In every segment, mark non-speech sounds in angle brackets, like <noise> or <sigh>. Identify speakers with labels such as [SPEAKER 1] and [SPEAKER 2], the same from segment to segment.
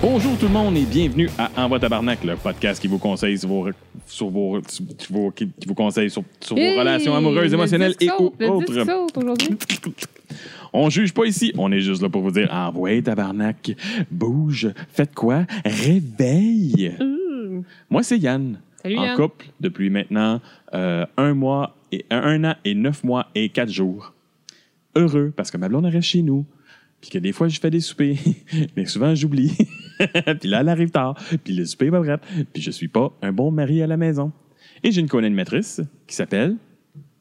[SPEAKER 1] Bonjour tout le monde et bienvenue à Envoi Tabarnak, le podcast qui vous conseille sur vos, sur vos, sur vos- qui, qui vous conseille sur, sur vos
[SPEAKER 2] Hey,
[SPEAKER 1] relations amoureuures,
[SPEAKER 2] le
[SPEAKER 1] émotionnelles et
[SPEAKER 2] disque
[SPEAKER 1] ou
[SPEAKER 2] saute, le disque
[SPEAKER 1] autres.
[SPEAKER 2] saute aujourd'hui.
[SPEAKER 1] On juge pas ici, on est juste là pour vous dire Envoyez Tabarnak, bouge, faites quoi, réveille.
[SPEAKER 2] Ouh.
[SPEAKER 1] Moi, c'est Yann.
[SPEAKER 2] Salut,
[SPEAKER 1] en
[SPEAKER 2] Yann.
[SPEAKER 1] couple depuis maintenant euh, un mois et un, un an et neuf mois et quatre jours. Heureux parce que ma blonde reste chez nous. Puis que des fois, je fais des soupers. <laughs> Mais souvent, j'oublie. <laughs> puis là, elle arrive tard. Puis le souper est pas prêt. Puis je suis pas un bon mari à la maison. Et j'ai une co-animatrice qui s'appelle.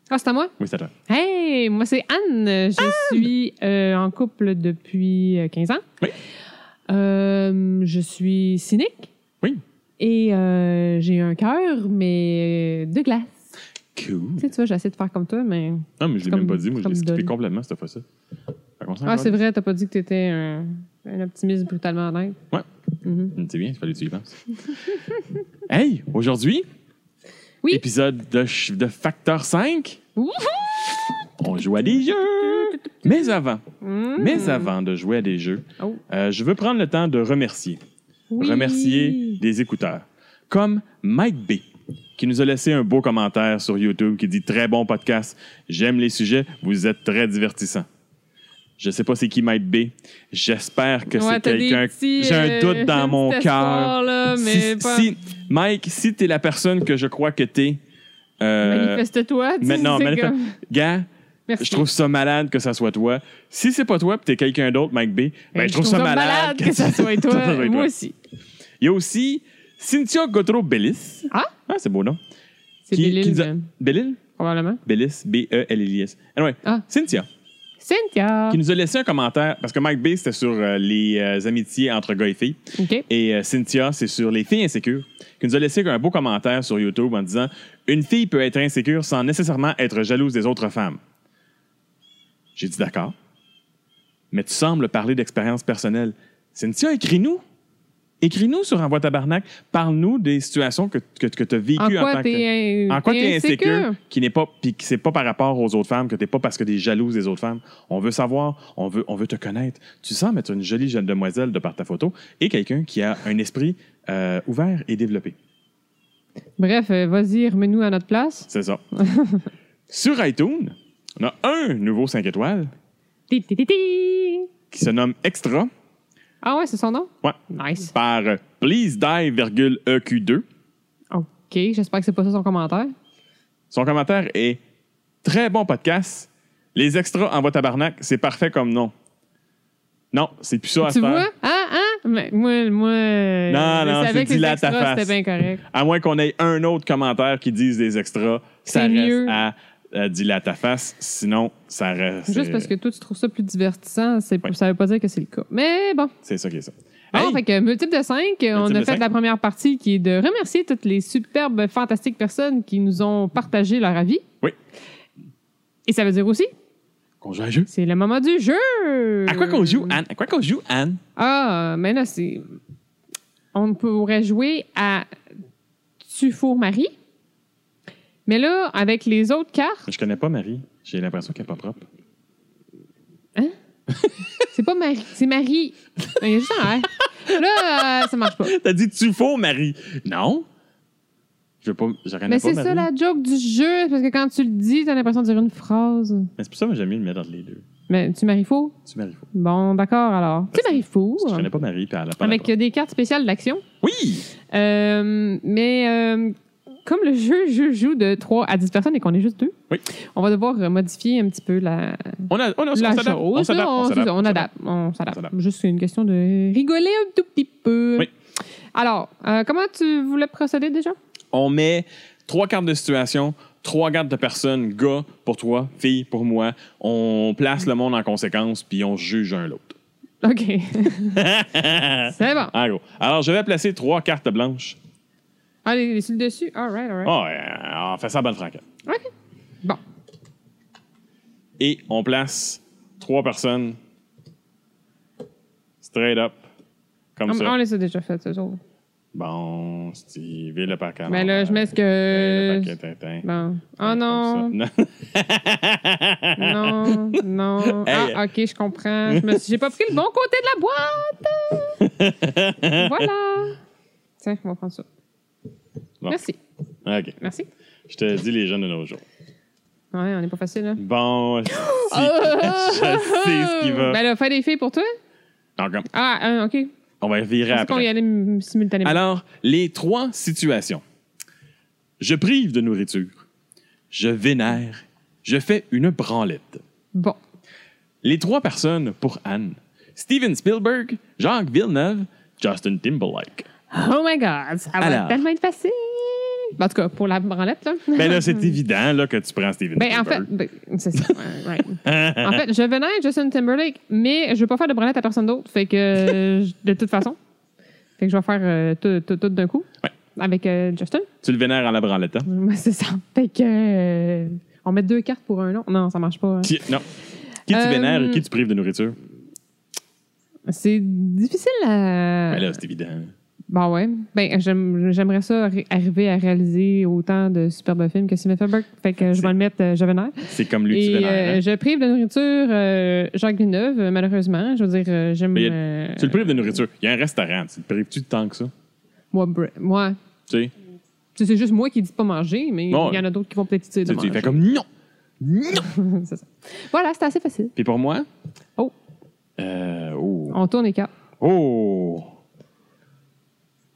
[SPEAKER 2] Ah, c'est à moi?
[SPEAKER 1] Oui, c'est à toi.
[SPEAKER 2] Hey, moi c'est Anne. Je suis euh, en couple depuis euh, 15 ans.
[SPEAKER 1] Oui.
[SPEAKER 2] Euh, je suis cynique.
[SPEAKER 1] Oui.
[SPEAKER 2] Et euh, j'ai un cœur, mais euh, de glace.
[SPEAKER 1] Cool.
[SPEAKER 2] Tu sais, tu vois, j'essaie de faire comme toi, mais.
[SPEAKER 1] Non, mais je l'ai
[SPEAKER 2] comme-
[SPEAKER 1] même pas dit. Moi, je
[SPEAKER 2] comme
[SPEAKER 1] l'ai skippé
[SPEAKER 2] Dolly.
[SPEAKER 1] complètement cette fois-ci. Fait qu'on s'en
[SPEAKER 2] Ah, c'est
[SPEAKER 1] calisse.
[SPEAKER 2] vrai, t'as pas dit que t'étais un, un optimiste brutalement honnête.
[SPEAKER 1] Ouais.
[SPEAKER 2] Mhm.
[SPEAKER 1] Mm, C'est bien, il fallait que tu y penses. <laughs> hey, aujourd'hui,
[SPEAKER 2] Oui.
[SPEAKER 1] épisode de, ch- de Facteur 5.
[SPEAKER 2] Wouhou!
[SPEAKER 1] On joue à des jeux. Mais avant,
[SPEAKER 2] Mhm.
[SPEAKER 1] mais avant de jouer à des jeux,
[SPEAKER 2] Oh.
[SPEAKER 1] euh, je veux prendre le temps de remercier.
[SPEAKER 2] Oui.
[SPEAKER 1] Remercier des écouteurs. Comme Mike B, qui nous a laissé un beau commentaire sur YouTube qui dit Très bon podcast. J'aime les sujets. Vous êtes très divertissants. Je sais pas c'est qui Mike B. J'espère que
[SPEAKER 2] Ouais,
[SPEAKER 1] c'est
[SPEAKER 2] t'as des
[SPEAKER 1] quelqu'un.
[SPEAKER 2] petits,
[SPEAKER 1] J'ai un
[SPEAKER 2] euh,
[SPEAKER 1] doute dans
[SPEAKER 2] une
[SPEAKER 1] mon
[SPEAKER 2] petite
[SPEAKER 1] cœur.
[SPEAKER 2] espoir, là, Ah, mais
[SPEAKER 1] Si-
[SPEAKER 2] pas-
[SPEAKER 1] si- Mike, si t'es la personne que je crois que t'es, euh,
[SPEAKER 2] Manifeste-toi. tu
[SPEAKER 1] mais
[SPEAKER 2] sais,
[SPEAKER 1] non,
[SPEAKER 2] c'est
[SPEAKER 1] manifeste-
[SPEAKER 2] comme-
[SPEAKER 1] gars,
[SPEAKER 2] Merci.
[SPEAKER 1] je trouve ça malade que ça soit toi. Si c'est pas toi, pis t'es quelqu'un d'autre, Mike B, ben, je, trouve ça malade,
[SPEAKER 2] que, ça soit
[SPEAKER 1] <laughs>
[SPEAKER 2] toi.
[SPEAKER 1] ça soit toi.
[SPEAKER 2] Moi aussi.
[SPEAKER 1] Il y a aussi Cynthia Gautreau Bellis.
[SPEAKER 2] Ah?
[SPEAKER 1] c'est beau, non?
[SPEAKER 2] C'est
[SPEAKER 1] Qui-
[SPEAKER 2] Bélil,
[SPEAKER 1] qui nous a-
[SPEAKER 2] euh,
[SPEAKER 1] Belil?
[SPEAKER 2] probablement.
[SPEAKER 1] Bellis, B-E-L-L-I-S. Anyway,
[SPEAKER 2] Ah.
[SPEAKER 1] Cynthia,
[SPEAKER 2] Cynthia.
[SPEAKER 1] qui nous a laissé un commentaire, parce que Mike B, c'était sur euh, les euh, amitiés entre gars et filles.
[SPEAKER 2] OK.
[SPEAKER 1] Et euh, Cynthia, c'est sur les filles insécures, qui nous a laissé un beau commentaire sur YouTube en disant Une fille peut être insécure sans nécessairement être jalouse des autres femmes. J'ai dit d'accord. Mais tu sembles parler d'expérience personnelle. Cynthia, écris-nous. Écris-nous sur Envoi Tabarnak. Parle-nous des situations que, que, que tu as
[SPEAKER 2] En
[SPEAKER 1] vécues en,
[SPEAKER 2] quoi
[SPEAKER 1] tant que.
[SPEAKER 2] t'es
[SPEAKER 1] En quoi
[SPEAKER 2] t'es
[SPEAKER 1] tu es insécure, qui n'est pas, puis que c'est pas par rapport aux autres femmes, que t'es pas parce que t'es jalouse des autres femmes. On veut savoir, on veut, on veut te connaître. Tu sembles être une jolie jeune demoiselle de par ta photo et quelqu'un qui a un esprit euh, ouvert et développé.
[SPEAKER 2] Bref, euh, vas-y, remets-nous à notre place.
[SPEAKER 1] C'est
[SPEAKER 2] <laughs>
[SPEAKER 1] ça. Sur iTunes, on a un nouveau 5 étoiles
[SPEAKER 2] Ti, ti, ti, ti.
[SPEAKER 1] qui se nomme Extra
[SPEAKER 2] Ah ouais, c'est son nom?
[SPEAKER 1] Ouais.
[SPEAKER 2] Nice.
[SPEAKER 1] par euh, Please Die, virgule, E EQ2.
[SPEAKER 2] OK, j'espère que c'est pas ça son commentaire.
[SPEAKER 1] Son commentaire est Très bon podcast. Les extras en voie tabarnak, c'est parfait comme nom. Non, c'est plus ça à
[SPEAKER 2] tu
[SPEAKER 1] cette heure.
[SPEAKER 2] vois? Hein, hein? Mais moi, moi... euh,
[SPEAKER 1] Non, non,
[SPEAKER 2] je
[SPEAKER 1] c'est
[SPEAKER 2] savais que
[SPEAKER 1] dit
[SPEAKER 2] les
[SPEAKER 1] là à ta
[SPEAKER 2] extras,
[SPEAKER 1] face.
[SPEAKER 2] C'était bien correct.
[SPEAKER 1] À moins qu'on ait un autre commentaire qui dise des extras, ça
[SPEAKER 2] C'est
[SPEAKER 1] reste
[SPEAKER 2] mieux.
[SPEAKER 1] à euh, dilater ta face. Sinon, ça reste.
[SPEAKER 2] Juste parce que toi, tu trouves ça plus divertissant, c'est-
[SPEAKER 1] Ouais.
[SPEAKER 2] ça veut pas dire que c'est le cas. Mais bon.
[SPEAKER 1] C'est ça qui est ça.
[SPEAKER 2] Bon,
[SPEAKER 1] Hey!
[SPEAKER 2] Ah, fait que multiple de 5, on
[SPEAKER 1] de
[SPEAKER 2] a fait
[SPEAKER 1] cinq.
[SPEAKER 2] la première partie qui est de remercier toutes les superbes, fantastiques personnes qui nous ont partagé leur avis.
[SPEAKER 1] Oui.
[SPEAKER 2] Et ça veut dire aussi,
[SPEAKER 1] Qu'on joue à un jeu.
[SPEAKER 2] c'est le moment du jeu!
[SPEAKER 1] À quoi qu'on joue, hein? Anne? À quoi qu'on joue, Anne?
[SPEAKER 2] Ah, mais là, c'est. On pourrait jouer à Tu fourres Marie. Mais là, avec les autres cartes,
[SPEAKER 1] Je connais pas Marie. J'ai l'impression qu'elle est pas propre.
[SPEAKER 2] c'est pas Marie, c'est Marie. Il y a juste un R. Là, euh, ça marche pas.
[SPEAKER 1] <laughs> T'as dit tu faux, Marie. Non. Je veux pas. Je reconnais
[SPEAKER 2] Mais
[SPEAKER 1] pas
[SPEAKER 2] c'est
[SPEAKER 1] Marie.
[SPEAKER 2] ça la joke du jeu, parce que quand tu le dis, t'as l'impression de dire une phrase.
[SPEAKER 1] Mais c'est pour ça que j'aime mieux le mettre entre les deux.
[SPEAKER 2] Mais tu maries faux?
[SPEAKER 1] Tu Marie faux.
[SPEAKER 2] Bon, d'accord, alors. Tu
[SPEAKER 1] Parce-
[SPEAKER 2] maries fou. hein.
[SPEAKER 1] Je connais pas Marie, puis elle a pas la
[SPEAKER 2] Avec
[SPEAKER 1] propre.
[SPEAKER 2] euh, des cartes spéciales d'action.
[SPEAKER 1] Oui!
[SPEAKER 2] Euh, mais euh, comme le jeu, je joue de 3 à 10 personnes et qu'on est juste deux,
[SPEAKER 1] Oui.
[SPEAKER 2] on va devoir euh, modifier un petit peu la,
[SPEAKER 1] On, a, on, a, on
[SPEAKER 2] la
[SPEAKER 1] s'adapte. On
[SPEAKER 2] chose.
[SPEAKER 1] s'adapte.
[SPEAKER 2] là,
[SPEAKER 1] On
[SPEAKER 2] c'est
[SPEAKER 1] s'adapte.
[SPEAKER 2] ça, On
[SPEAKER 1] s'adapte.
[SPEAKER 2] adapte. On s'adapte.
[SPEAKER 1] On s'adapte.
[SPEAKER 2] Juste une question de rigoler un tout petit peu.
[SPEAKER 1] Oui.
[SPEAKER 2] Alors, euh, comment tu voulais procéder déjà?
[SPEAKER 1] on met trois cartes de situation, trois cartes de personnes, gars pour toi, fille pour moi. On place le monde en conséquence, puis on juge un l'autre. <laughs>
[SPEAKER 2] OK. C'est bon.
[SPEAKER 1] En gros. Alors, je vais placer trois cartes blanches.
[SPEAKER 2] Allez, sur le dessus. All right, all right.
[SPEAKER 1] Ah, euh, on fait ça en bonne franquette.
[SPEAKER 2] OK. Bon.
[SPEAKER 1] Et on place trois personnes straight up, comme
[SPEAKER 2] On, on
[SPEAKER 1] ça,
[SPEAKER 2] Ah, les a déjà fait, eux autres.
[SPEAKER 1] Bon, Steve, le parc à
[SPEAKER 2] Ben là, je m'excuse.
[SPEAKER 1] Le parc à Tintin.
[SPEAKER 2] Bon. Oh
[SPEAKER 1] euh, Comme
[SPEAKER 2] non,
[SPEAKER 1] ça.
[SPEAKER 2] <laughs> non, non.
[SPEAKER 1] <laughs> Hey.
[SPEAKER 2] Ah, ok, je comprends. Je me suis- J'ai pas pris le bon côté de la
[SPEAKER 1] <laughs>
[SPEAKER 2] boîte. voilà. Tiens, on va prendre ça.
[SPEAKER 1] Bon.
[SPEAKER 2] Merci,
[SPEAKER 1] Non. <laughs> OK.
[SPEAKER 2] merci.
[SPEAKER 1] Je te dis les jeunes de nos jours.
[SPEAKER 2] Ouais, on n'est pas facile, hein. là.
[SPEAKER 1] Bon, <laughs> si,
[SPEAKER 2] Ah!
[SPEAKER 1] je sais ce qui va.
[SPEAKER 2] Ben là, faire des filles pour toi?
[SPEAKER 1] Donc, on-
[SPEAKER 2] Ah, euh, OK. Je
[SPEAKER 1] on va virer
[SPEAKER 2] pensais qu'on
[SPEAKER 1] après.
[SPEAKER 2] y allait mm, simultanément.
[SPEAKER 1] Alors, les trois situations. Je prive de nourriture. Je vénère. Je fais une branlette.
[SPEAKER 2] Bon.
[SPEAKER 1] Les trois personnes pour Anne. Steven Spielberg, Jacques Villeneuve, Justin Timberlake.
[SPEAKER 2] Oh my God, ça va
[SPEAKER 1] Alors.
[SPEAKER 2] tellement être facile. Ben, en tout cas, pour la branlette, là.
[SPEAKER 1] Ben là,
[SPEAKER 2] <laughs>
[SPEAKER 1] c'est évident là, que tu prends Steven
[SPEAKER 2] Ben, en
[SPEAKER 1] <laughs>
[SPEAKER 2] fait,
[SPEAKER 1] Spielberg.
[SPEAKER 2] ben, c'est ça. ouais, right. en fait, je venais avec Justin Timberlake, mais je veux pas faire de branlette à personne d'autre. Fait que, euh, je- de toute façon, fait que je vais faire euh, tout, tout, tout d'un coup
[SPEAKER 1] Ouais.
[SPEAKER 2] avec euh, Justin.
[SPEAKER 1] <laughs> Tu le vénères en la branlette. hein?
[SPEAKER 2] Ouais, c'est ça. Fait que, euh, on met deux cartes pour un nom. Non, ça marche pas. hein.
[SPEAKER 1] Qui- non. Qui tu
[SPEAKER 2] Euh,
[SPEAKER 1] vénères et qui tu prives de nourriture?
[SPEAKER 2] C'est difficile à.
[SPEAKER 1] Ben là, c'est évident.
[SPEAKER 2] Bon, ouais. Ben, j'aime- j'aimerais ça arri- arriver à réaliser autant de superbes films que Steven Spielberg. Fait que je vais le mettre, euh, je vénère.
[SPEAKER 1] C'est comme lui que tu
[SPEAKER 2] Et
[SPEAKER 1] vénères.
[SPEAKER 2] euh,
[SPEAKER 1] hein?
[SPEAKER 2] je prive de nourriture euh, Jacques Villeneuve, euh, malheureusement. Je veux dire, euh, j'aime.
[SPEAKER 1] Ben, il y a-
[SPEAKER 2] euh,
[SPEAKER 1] Tu le prives de nourriture. Il y a un restaurant. Tu le prives-tu de tant que ça?
[SPEAKER 2] Moi, br- moi.
[SPEAKER 1] Tu sais?
[SPEAKER 2] Tu sais, c'est juste moi qui dis pas manger, mais il
[SPEAKER 1] Bon,
[SPEAKER 2] y en a d'autres qui vont peut-être essayer de
[SPEAKER 1] Tu sais, tu fais comme
[SPEAKER 2] manger.
[SPEAKER 1] non! Non!
[SPEAKER 2] <laughs> C'est ça. Voilà, c'était assez facile.
[SPEAKER 1] Puis pour moi?
[SPEAKER 2] Oh.
[SPEAKER 1] Euh, oh.
[SPEAKER 2] On tourne les cartes.
[SPEAKER 1] Oh!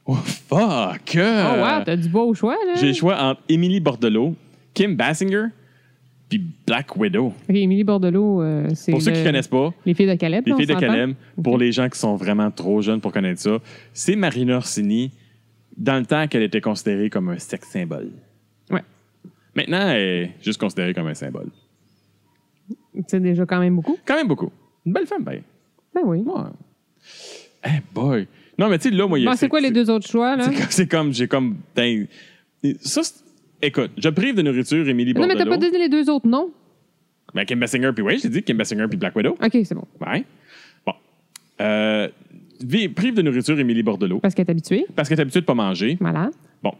[SPEAKER 1] Oh, fuck!
[SPEAKER 2] oh, wow, t'as du beau choix, là.
[SPEAKER 1] Euh, J'ai le choix entre Émilie Bordelot, Kim Basinger, puis Black Widow.
[SPEAKER 2] Ok, Émilie Bordelot, euh, c'est.
[SPEAKER 1] Pour ceux
[SPEAKER 2] le-
[SPEAKER 1] qui ne connaissent pas,
[SPEAKER 2] Les filles de Caleb.
[SPEAKER 1] Les
[SPEAKER 2] là, on
[SPEAKER 1] filles de
[SPEAKER 2] s'entend?
[SPEAKER 1] Calem, pour les gens qui sont vraiment trop jeunes pour connaître ça, c'est Marina Orsini dans le temps qu'elle était considérée comme un sexe symbole.
[SPEAKER 2] Ouais.
[SPEAKER 1] Maintenant, elle est juste considérée comme un symbole.
[SPEAKER 2] C'est déjà quand même beaucoup.
[SPEAKER 1] Quand même beaucoup. Une belle femme, ben.
[SPEAKER 2] Ben oui.
[SPEAKER 1] Ouais. Eh boy. Non, mais tu sais, là, moi, il y a-
[SPEAKER 2] Bon, c'est quoi les deux autres choix, là?
[SPEAKER 1] c'est comme- C'est comme, j'ai comme. ben, ça, c'est- écoute, je prive de nourriture Émilie
[SPEAKER 2] Non,
[SPEAKER 1] Bordelot.
[SPEAKER 2] mais t'as pas donné les deux autres noms.
[SPEAKER 1] Ben, Kim Basinger, puis ouais, j'ai dit Kim Basinger, puis Black Widow.
[SPEAKER 2] OK, c'est bon.
[SPEAKER 1] Ouais. Bon. Euh, vi- prive de nourriture Émilie Bordelot.
[SPEAKER 2] Parce qu'elle est habituée.
[SPEAKER 1] Parce que t'es habitué de pas manger.
[SPEAKER 2] Voilà.
[SPEAKER 1] Bon.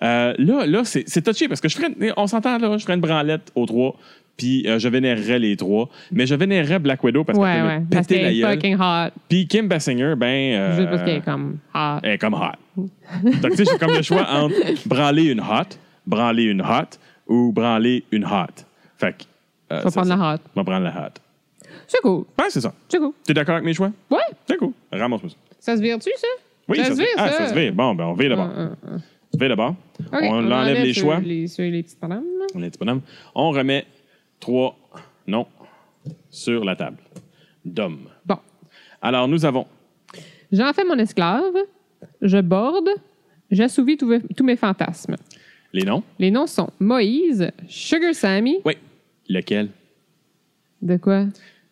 [SPEAKER 1] Euh, là, là c'est c'est touché parce que je ferais, une- on s'entend là, je ferais une branlette aux trois, puis euh, je vénérerais les trois, mais je vénérerais Black Widow parce
[SPEAKER 2] ouais,
[SPEAKER 1] qu'elle
[SPEAKER 2] ouais.
[SPEAKER 1] me
[SPEAKER 2] Parce
[SPEAKER 1] péter la
[SPEAKER 2] qu'elle est
[SPEAKER 1] gueule.
[SPEAKER 2] fucking hot.
[SPEAKER 1] Puis Kim Basinger, ben, euh,
[SPEAKER 2] Juste parce qu'elle est comme hot.
[SPEAKER 1] elle est comme hot. Donc tu sais, j'ai comme le choix entre branler une hot, branler une hot ou branler une hot. Fait que euh,
[SPEAKER 2] Je vais
[SPEAKER 1] ça,
[SPEAKER 2] prendre
[SPEAKER 1] ça.
[SPEAKER 2] la hot.
[SPEAKER 1] Je vais prendre la hot.
[SPEAKER 2] C'est cool.
[SPEAKER 1] Ouais, c'est ça.
[SPEAKER 2] C'est cool.
[SPEAKER 1] T'es d'accord avec mes choix?
[SPEAKER 2] Ouais.
[SPEAKER 1] C'est cool. Ramasse-moi ça.
[SPEAKER 2] Ça se vire-tu, ça?
[SPEAKER 1] Oui,
[SPEAKER 2] Ça se vire,
[SPEAKER 1] Ah,
[SPEAKER 2] ça.
[SPEAKER 1] ça se vire. Bon, ben, on vire d'abord.
[SPEAKER 2] Ah, ah, ah.
[SPEAKER 1] Vire d'abord.
[SPEAKER 2] Ok,
[SPEAKER 1] on, enlève les
[SPEAKER 2] sur
[SPEAKER 1] choix.
[SPEAKER 2] Les, sur les petites madames.
[SPEAKER 1] On est un petit bonhomme. On remet trois noms sur la table d'hommes.
[SPEAKER 2] Bon.
[SPEAKER 1] Alors, nous avons.
[SPEAKER 2] J'en fais mon esclave. Je borde. J'assouvis tous mes- tous mes fantasmes.
[SPEAKER 1] Les noms?
[SPEAKER 2] Les noms sont Moïse, Sugar Sammy.
[SPEAKER 1] Oui. Lequel?
[SPEAKER 2] De quoi?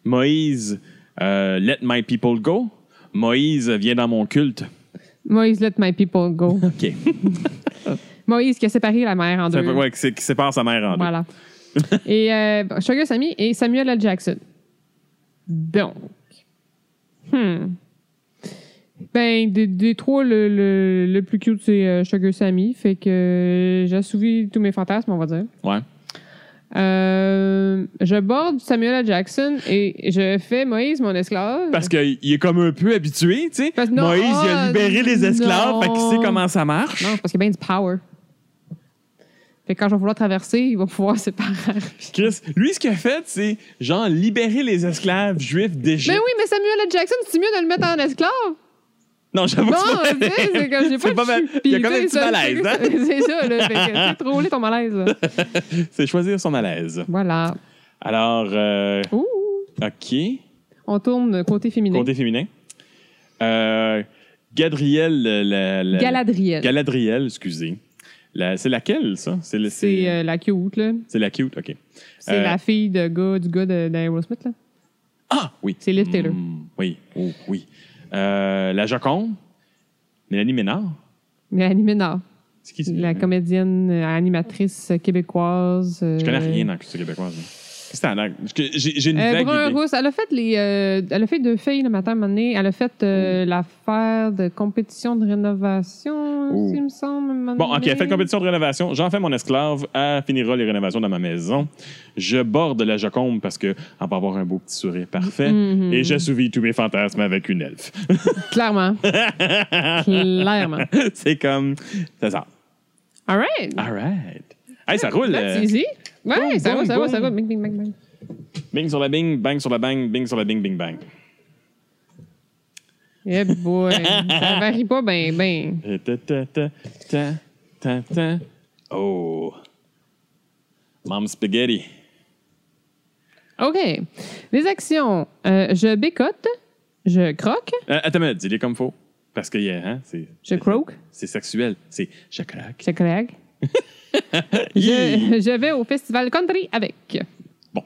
[SPEAKER 1] Moïse, euh, Let My People Go. Moïse, Viens dans mon culte.
[SPEAKER 2] Moïse, let my people go.
[SPEAKER 1] OK.
[SPEAKER 2] Moïse qui a séparé la mère en deux.
[SPEAKER 1] <laughs> C'est ouais, qui, qui sépare sa mère en deux.
[SPEAKER 2] Voilà. et euh, bon, Sugar Sammy et Samuel L. Jackson. Donc. Hmm. Ben, des, des trois, le, le- le plus cute, c'est euh, Sugar Sammy. Fait que euh, j'assouvis tous mes fantasmes, on va dire.
[SPEAKER 1] Ouais.
[SPEAKER 2] Euh, je borde Samuel L. Jackson et je fais Moïse mon esclave.
[SPEAKER 1] Parce qu'il est comme un peu habitué, tu sais.
[SPEAKER 2] Parce- non,
[SPEAKER 1] Moïse, il
[SPEAKER 2] ah,
[SPEAKER 1] a libéré les esclaves,
[SPEAKER 2] non.
[SPEAKER 1] fait qu'il sait comment ça marche.
[SPEAKER 2] Non, c'est parce qu'il y a bien du power. Fait que quand je vais vouloir traverser, il va pouvoir se séparer.
[SPEAKER 1] Chris, lui, ce qu'il a fait, c'est genre libérer les esclaves juifs d'Égypte.
[SPEAKER 2] Mais oui, mais Samuel L. Jackson, c'est mieux de le mettre
[SPEAKER 1] <laughs>
[SPEAKER 2] en esclave.
[SPEAKER 1] Non, j'avoue
[SPEAKER 2] Bon,
[SPEAKER 1] que c'est
[SPEAKER 2] tu sais, c'est comme j'ai
[SPEAKER 1] <laughs> C'est
[SPEAKER 2] pas,
[SPEAKER 1] pas mal.
[SPEAKER 2] Puis,
[SPEAKER 1] Il y a quand
[SPEAKER 2] tu
[SPEAKER 1] même
[SPEAKER 2] sais,
[SPEAKER 1] un petit
[SPEAKER 2] ça,
[SPEAKER 1] malaise, hein?
[SPEAKER 2] C'est <laughs> c'est ça, là. Fait que, c'est trop laid ton
[SPEAKER 1] <laughs>
[SPEAKER 2] malaise, là.
[SPEAKER 1] C'est choisir son malaise.
[SPEAKER 2] Voilà.
[SPEAKER 1] Alors, euh,
[SPEAKER 2] Ouh.
[SPEAKER 1] OK.
[SPEAKER 2] On tourne côté féminin.
[SPEAKER 1] Côté féminin. Euh, Gadriel. euh, La, la-
[SPEAKER 2] Galadriel.
[SPEAKER 1] Galadriel, excusez. La- c'est laquelle, ça? C'est, le- c'est-
[SPEAKER 2] c'est euh, la cute, là.
[SPEAKER 1] c'est la cute, OK.
[SPEAKER 2] C'est
[SPEAKER 1] Euh,
[SPEAKER 2] la fille de gars, du gars de- d'Aerosmith, là.
[SPEAKER 1] Ah, oui.
[SPEAKER 2] C'est Liv Taylor.
[SPEAKER 1] Mm, oui, oh, oui. Euh, la Joconde. Mélanie Ménard.
[SPEAKER 2] Mélanie Ménard,
[SPEAKER 1] C'est qui, c'est?
[SPEAKER 2] la comédienne euh, animatrice québécoise.
[SPEAKER 1] Je connais rien dans la culture québécoise. hein. que c'était un acte? Parce que J'ai j'ai une
[SPEAKER 2] Euh,
[SPEAKER 1] vague
[SPEAKER 2] Brun
[SPEAKER 1] idée.
[SPEAKER 2] Rousse, elle a fait les, euh, elle a fait deux filles le matin, un moment donné. Elle a fait euh,
[SPEAKER 1] Mm.
[SPEAKER 2] l'affaire de compétition de rénovation,
[SPEAKER 1] Ouh.
[SPEAKER 2] il me semble. un moment
[SPEAKER 1] Bon, OK,
[SPEAKER 2] donné.
[SPEAKER 1] elle fait une compétition de rénovation. J'en fais mon esclave. Elle finira les rénovations dans ma maison. Je borde la Joconde parce que on va avoir un beau petit sourire parfait.
[SPEAKER 2] Mhm.
[SPEAKER 1] Et j'assouvis tous mes fantasmes avec une elfe. <laughs>
[SPEAKER 2] Clairement. Clairement.
[SPEAKER 1] c'est comme... C'est ça.
[SPEAKER 2] All right.
[SPEAKER 1] All right. Hey, ça roule.
[SPEAKER 2] That's
[SPEAKER 1] euh,
[SPEAKER 2] easy. Ouais,
[SPEAKER 1] boum,
[SPEAKER 2] ça,
[SPEAKER 1] boum,
[SPEAKER 2] va, ça va,
[SPEAKER 1] boum.
[SPEAKER 2] ça va, Bing, bing, bang, bang.
[SPEAKER 1] Bing sur la bing, bang sur la bang, bing sur la bing, bing, bang.
[SPEAKER 2] Eh boy.
[SPEAKER 1] <laughs>
[SPEAKER 2] ça varie pas ben, ben.
[SPEAKER 1] Et ta, ta, ta, ta, ta, ta. Oh. Mom spaghetti.
[SPEAKER 2] OK. Les actions. Euh, je bécote. Je croque.
[SPEAKER 1] Euh, attends, mais dis-les comme faux. Parce que, yeah, hein, c'est...
[SPEAKER 2] Je croque.
[SPEAKER 1] C'est sexuel. C'est... Je <laughs> craque.
[SPEAKER 2] Je craque. Je, je vais au festival country avec.
[SPEAKER 1] Bon.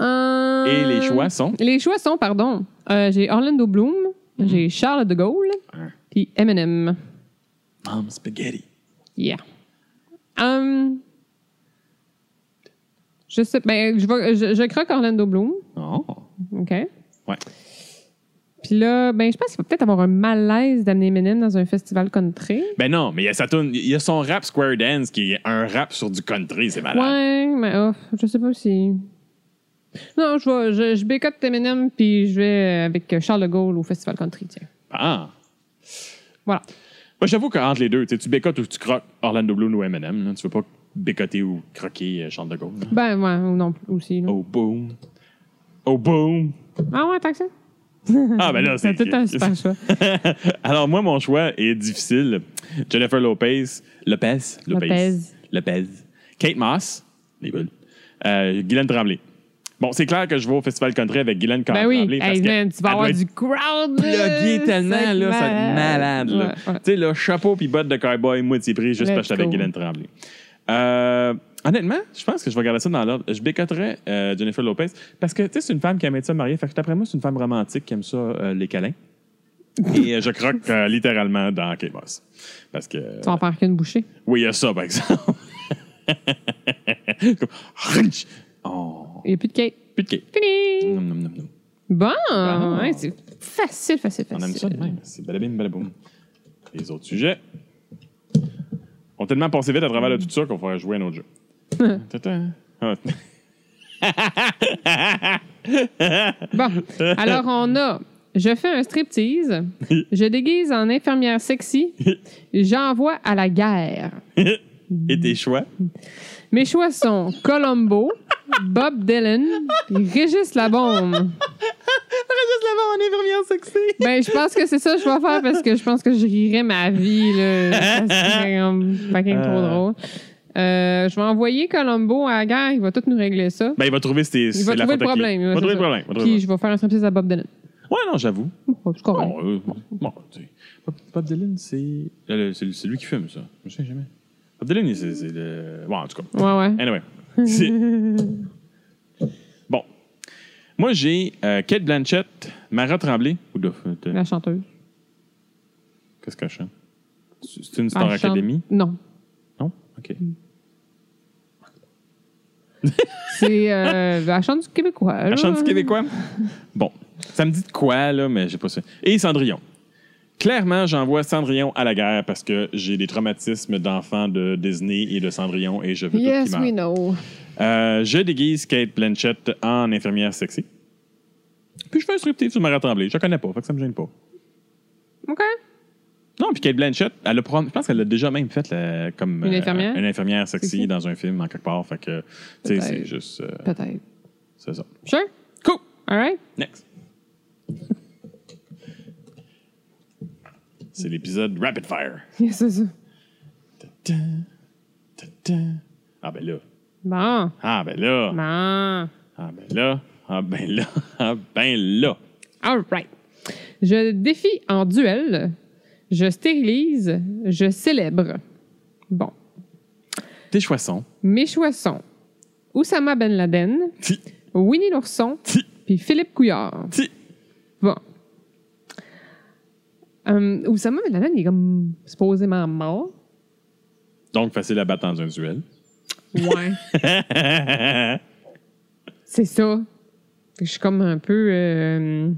[SPEAKER 2] Euh,
[SPEAKER 1] Et les choix sont...
[SPEAKER 2] Les choix sont, pardon. euh, j'ai Orlando Bloom, j'ai Charles de Gaulle,
[SPEAKER 1] Hein.
[SPEAKER 2] puis Eminem.
[SPEAKER 1] Mom spaghetti.
[SPEAKER 2] Yeah. Hum, je sais, ben, je, vais- je, je croque Orlando Bloom.
[SPEAKER 1] Oh.
[SPEAKER 2] OK.
[SPEAKER 1] Ouais.
[SPEAKER 2] Puis là, ben, je pense qu'il va peut-être avoir un malaise d'amener Eminem dans un festival country.
[SPEAKER 1] Ben non, mais il y a sa toune- il y a son rap Square Dance qui est un rap sur du country, c'est malade.
[SPEAKER 2] Ouais, mais oh, je sais pas si. Non, je, vais, je, je bécote Eminem, puis je vais avec Charles de Gaulle au festival country. Tiens.
[SPEAKER 1] Ah.
[SPEAKER 2] Voilà.
[SPEAKER 1] Moi, j'avoue qu'entre les deux, tu sais, tu bécotes ou tu croques Orlando Bloom ou Eminem. Là, tu veux pas bécoter ou croquer euh, Charles de Gaulle. là.
[SPEAKER 2] Ben, ouais, ou non aussi. là.
[SPEAKER 1] Oh boom. Oh boom.
[SPEAKER 2] Ah ouais, tant que ça.
[SPEAKER 1] Ah ben là,
[SPEAKER 2] C'est
[SPEAKER 1] c'est...
[SPEAKER 2] tout un super choix.
[SPEAKER 1] <laughs> Alors moi, mon choix est difficile. Jennifer Lopez. Lopez.
[SPEAKER 2] Lopez.
[SPEAKER 1] Lopez. Kate Moss. Les bulles. Euh, Guylaine Tremblay. Bon, c'est clair que je vais au Festival Country avec Guylaine
[SPEAKER 2] Ben oui,
[SPEAKER 1] Tremblay. parce
[SPEAKER 2] Hey,
[SPEAKER 1] que
[SPEAKER 2] man, tu vas
[SPEAKER 1] elle doit
[SPEAKER 2] avoir
[SPEAKER 1] être
[SPEAKER 2] du crowd.
[SPEAKER 1] plugué
[SPEAKER 2] là.
[SPEAKER 1] tellement,
[SPEAKER 2] C'est
[SPEAKER 1] là, ça va être malade. là.
[SPEAKER 2] Euh, Ouais, ouais.
[SPEAKER 1] Tu sais, là, chapeau puis bottes de cowboy, moitié prix, juste
[SPEAKER 2] Let's
[SPEAKER 1] parce que j'étais avec
[SPEAKER 2] go.
[SPEAKER 1] Guylaine Tremblay. Euh, honnêtement, je pense que je vais regarder ça dans l'ordre. Je bécoterais euh, Jennifer Lopez parce que, tu sais, c'est une femme qui aime ça mariée. Fait que, d'après moi, c'est une femme romantique qui aime ça, euh, les
[SPEAKER 2] <laughs>
[SPEAKER 1] câlins. Et euh, je croque euh, littéralement dans Kate Moss. Parce que.
[SPEAKER 2] Tu vas en faire qu'une bouchée.
[SPEAKER 1] Oui, il y a ça, par exemple. <laughs> Comme- <laughs> Oh,
[SPEAKER 2] Il n'y a plus de cake.
[SPEAKER 1] plus de Kate.
[SPEAKER 2] Fini.
[SPEAKER 1] Nom, nom, nom, nom.
[SPEAKER 2] Bon,
[SPEAKER 1] Bon.
[SPEAKER 2] ouais, c'est facile, facile, facile.
[SPEAKER 1] On aime ça de même. C'est balabim, balaboum. Les autres sujets ont tellement passé vite à travers
[SPEAKER 2] Mm.
[SPEAKER 1] le tout ça qu'on faudrait jouer à un autre
[SPEAKER 2] <laughs>
[SPEAKER 1] jeu. Ta-ta. <laughs> Ah. <laughs>
[SPEAKER 2] Bon, alors on a je fais un striptease, je déguise en
[SPEAKER 1] <laughs>
[SPEAKER 2] infirmière sexy, j'envoie à la guerre.
[SPEAKER 1] Et tes choix?
[SPEAKER 2] Mes choix sont Colombo, Bob Dylan, puis Régis Labombe.
[SPEAKER 1] Juste l'avant en infirmière sexy.
[SPEAKER 2] Ben, je pense que c'est ça que je vais faire parce que je pense que je rirais ma vie, là. Ça serait comme fucking trop
[SPEAKER 1] Euh.
[SPEAKER 2] drôle. Euh, je vais envoyer Colombo à la guerre, il va tout nous régler ça.
[SPEAKER 1] Ben, il va trouver si
[SPEAKER 2] Il va trouver le problème.
[SPEAKER 1] Il va
[SPEAKER 2] c'est
[SPEAKER 1] trouver le
[SPEAKER 2] ça.
[SPEAKER 1] problème. il va trouver
[SPEAKER 2] Puis
[SPEAKER 1] le
[SPEAKER 2] je vais faire un striptease à Bob Dylan.
[SPEAKER 1] problème. Ouais, non, j'avoue.
[SPEAKER 2] Oh, c'est correct.
[SPEAKER 1] Bon, euh, bon, tu sais. Bob- Bob Dylan, c'est. euh, C'est c'est lui qui fume, ça. Je sais jamais. Bob Dylan, c'est c'est le. Bon, en tout cas.
[SPEAKER 2] Ouais, ouais.
[SPEAKER 1] Anyway. C'est- bon. Moi, j'ai euh, Kate Blanchett, Mara Tremblay. Ou de- de-
[SPEAKER 2] La chanteuse.
[SPEAKER 1] Qu'est-ce qu'elle chante? C'est c'est une
[SPEAKER 2] Ah,
[SPEAKER 1] Star
[SPEAKER 2] elle chante-
[SPEAKER 1] Academy?
[SPEAKER 2] Non.
[SPEAKER 1] Non? OK.
[SPEAKER 2] C'est euh, la chante du Québécois. là.
[SPEAKER 1] Elle chante du québécois? Bon. Ça me dit de quoi, là, mais j'ai pas ça. Et Cendrillon. Clairement, j'envoie Cendrillon à la guerre parce que j'ai des traumatismes d'enfants de Disney et de Cendrillon et je veux tout
[SPEAKER 2] Yes,
[SPEAKER 1] qu'il meure.
[SPEAKER 2] we know.
[SPEAKER 1] Euh, je déguise Kate Blanchett en infirmière sexy. Puis je fais un striptease sur Mara Tremblay. Je la connais pas, fait que ça me gêne pas.
[SPEAKER 2] OK.
[SPEAKER 1] Non, puis Kate Blanchett, elle a prob- je pense qu'elle l'a déjà même fait là, comme euh,
[SPEAKER 2] Une infirmière?
[SPEAKER 1] une infirmière sexy
[SPEAKER 2] Sexy.
[SPEAKER 1] dans un film en quelque part. Fait que, tu sais,
[SPEAKER 2] Peut-être.
[SPEAKER 1] c'est juste. euh,
[SPEAKER 2] Peut-être.
[SPEAKER 1] c'est ça.
[SPEAKER 2] Sure.
[SPEAKER 1] Cool!
[SPEAKER 2] All right.
[SPEAKER 1] Next. <laughs> c'est l'épisode Rapid Fire.
[SPEAKER 2] Yes, c'est ça.
[SPEAKER 1] Ta-ta, ta-ta. Ah ben là.
[SPEAKER 2] Bon.
[SPEAKER 1] Ah ben là.
[SPEAKER 2] Bon.
[SPEAKER 1] Ah ben là. Ah ben là. Ah ben là.
[SPEAKER 2] All right. Je défie en duel. Je stérilise. Je célèbre. Bon.
[SPEAKER 1] Tes choix sont.
[SPEAKER 2] Mes choix sont Oussama Ben Laden,
[SPEAKER 1] Ti,
[SPEAKER 2] Winnie l'ourson,
[SPEAKER 1] ti,
[SPEAKER 2] puis Philippe Couillard.
[SPEAKER 1] ti.
[SPEAKER 2] Bon. Hum, Oussama Ben Laden, il est comme supposément mort.
[SPEAKER 1] Donc, facile à battre dans un duel.
[SPEAKER 2] Ouais.
[SPEAKER 1] <laughs>
[SPEAKER 2] c'est ça. Fait que Je suis comme un peu. euh,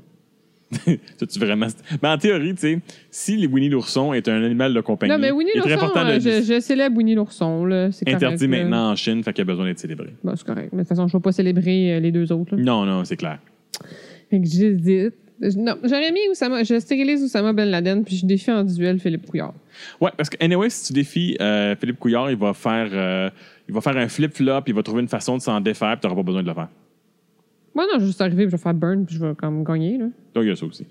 [SPEAKER 1] <laughs> tu vraiment. Mais en théorie, tu sais, si le Winnie l'ourson est un animal de compagnie,
[SPEAKER 2] Non, mais Winnie
[SPEAKER 1] Ben, il est très
[SPEAKER 2] l'ourson,
[SPEAKER 1] important de
[SPEAKER 2] euh,
[SPEAKER 1] le
[SPEAKER 2] je, je célèbre Winnie l'ourson. là. C'est correct,
[SPEAKER 1] interdit
[SPEAKER 2] là.
[SPEAKER 1] maintenant en Chine, fait qu'il y a besoin d'être célébré.
[SPEAKER 2] Bon, c'est correct. Mais de toute façon, je ne vais pas célébrer euh, les deux autres. là.
[SPEAKER 1] Non, non, c'est clair.
[SPEAKER 2] Fait que j'hésite. Je- Non, j'aurais mis Oussama. Je stérilise Oussama Ben Laden, puis je défie en duel Philippe Couillard.
[SPEAKER 1] Ouais, parce que anyway, si tu défies euh, Philippe Couillard, il va faire, euh, il va faire un flip flop, il va trouver une façon de s'en défaire, puis t'auras pas besoin de le faire.
[SPEAKER 2] Moi, non, je vais juste arriver, puis je vais faire burn, puis je vais comme gagner. là. <laughs>
[SPEAKER 1] Donc il y a ça aussi.